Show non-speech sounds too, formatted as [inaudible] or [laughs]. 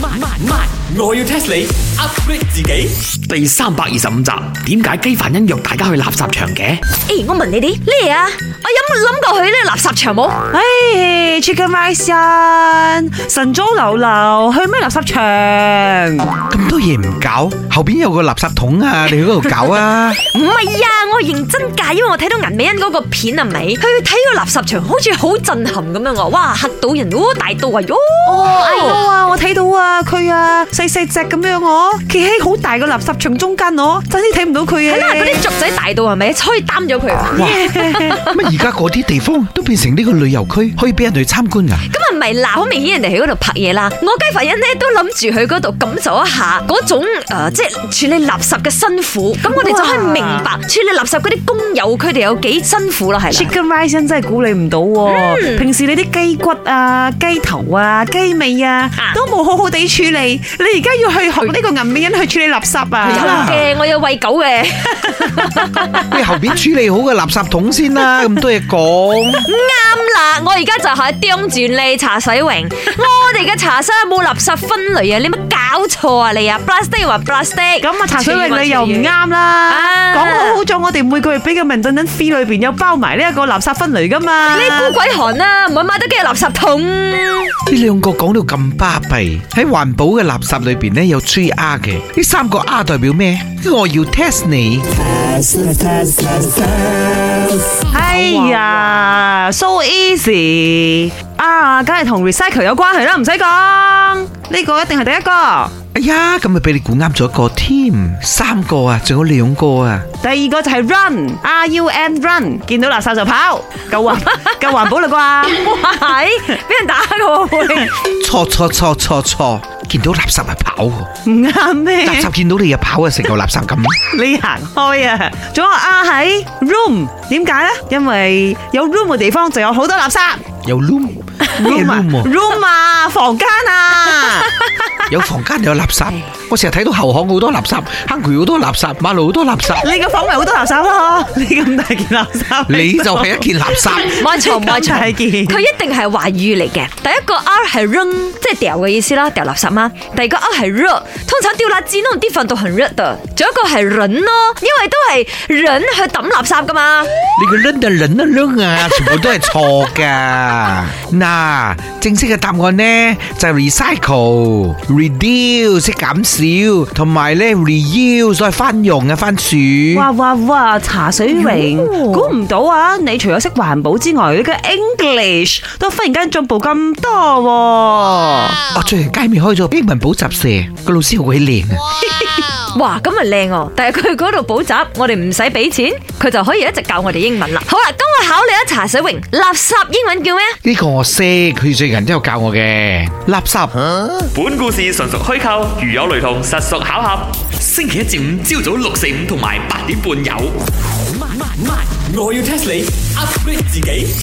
慢慢慢，我要 test 你 upgrade 自己。第三百二十五集，點解基凡恩約大家去垃圾場嘅？誒，我問你哋咩啊？我有冇諗過去呢個垃圾場冇？唉，Chicken Rice 啊，神早流流去咩垃圾場？咁多嘢唔搞，後邊有個垃圾桶啊，你去嗰度搞啊！唔係啊，我認真㗎，因為我睇到顏美欣嗰個片係咪？佢去睇個垃圾場，好似好震撼咁樣喎！哇，嚇到人，哦，大到啊，喲！哦，啊，我睇到啊，佢啊細細隻咁樣我，企喺好大個垃圾場中間我，真係睇唔到佢啊！係啦，嗰啲雀仔大到係啊咪？所以擔咗佢。啊哇，乜而家嗰啲地方都變成呢個旅遊區，可以俾人哋參觀咁噶？啊唔係啦，好明顯人哋喺嗰度拍嘢啦。我雞凡人咧都諗住去嗰度感受一下嗰種誒、呃即係處理垃圾嘅辛苦。咁我哋就可以哇明白處理垃圾嗰啲工友佢哋有幾辛苦啦，係啦。 Chicken rice 真係估你唔到喎！嗯平時你啲雞骨啊、雞頭啊、雞尾啊啊，都冇好好地處理，你而家要去學呢個銀美人去處理垃圾有啊！嘅，我有喂狗嘅。你後邊處理好個垃圾桶先啦，咁多嘢講。啱啦，我而家就喺盯住你茶水 [laughs] 榮，我哋嘅茶室冇垃圾分類啊！你乜搞錯啊你啊？plastic 還 plastic，咁啊，茶水榮你又唔啱啦啊！講好好咗，我哋每個月俾嘅民陣等 fee 裏邊有包埋呢一個垃圾分類噶嘛？你孤鬼寒啊，唔好買得幾個垃圾桶。呢兩個講到咁巴閉，喺環保嘅垃圾裏邊咧有 three R 嘅，呢三個 R 代表咩？我要 test 你。哎呀，so à. easy À, 啊，梗係同 recycle 有關係啦，唔使講，呢個一定係第一個。哎呀，咁咪俾你估啱咗一個添，三個啊，仲有兩個啊。第二個就係 run，R U N run，見到垃圾就跑，夠 [laughs] 環夠環保啦啩？哇，俾人打我會。錯錯錯錯錯，見到垃圾咪跑喎， [laughs] 唔啱咩？垃圾見到你又跑啊，成嚿垃圾咁。你行開啊！仲有 R 喺 room，點解呢？因為有 room 嘅地方就有好多垃圾。有 [laughs] room 咩 room 啊 room 喎，room 啊，房間啊， [laughs] 有房間有垃圾，我成日睇到後巷好多垃圾，坑渠好多垃圾，馬路好多垃 [laughs] 圾，你個房咪好多垃圾咯？ [laughs] 你咁大件垃圾，你就係一件垃圾。冇錯你咁冇錯，大件佢一定係華語嚟嘅。第一個 R 係扔，即係掉嘅意思啦，掉垃圾嘛。第二個 R 係熱，通常掉垃圾那種地方都很熱的。仲有一個係忍咯，因為都係忍去抌垃圾噶嘛。你個掄啊掄啊掄啊，全部都係錯噶。 [laughs] 嗱，正式嘅答案呢就係 recycle、reduce 即減少，同埋咧 reuse 再翻用啊番薯。哇哇哇！茶水榮，估唔到啊！你除咗識環保之外，你嘅 English 都忽然間進步咁多喎、我哦最近街面開咗英文補習社，個老師好鬼靚啊！哇，咁咪靚哦！但係佢嗰度補習，我哋唔使俾錢，佢就可以一直教我哋英文啦。好啦，咁我考你一茶水榮，垃圾英文叫咩？啊呢個我識，佢最近都有教我嘅。垃圾本故事純屬虛構，如有雷同，實屬巧合。星期一至五朝早六四五同埋八點半有。我要 test 你 upgrade 自己。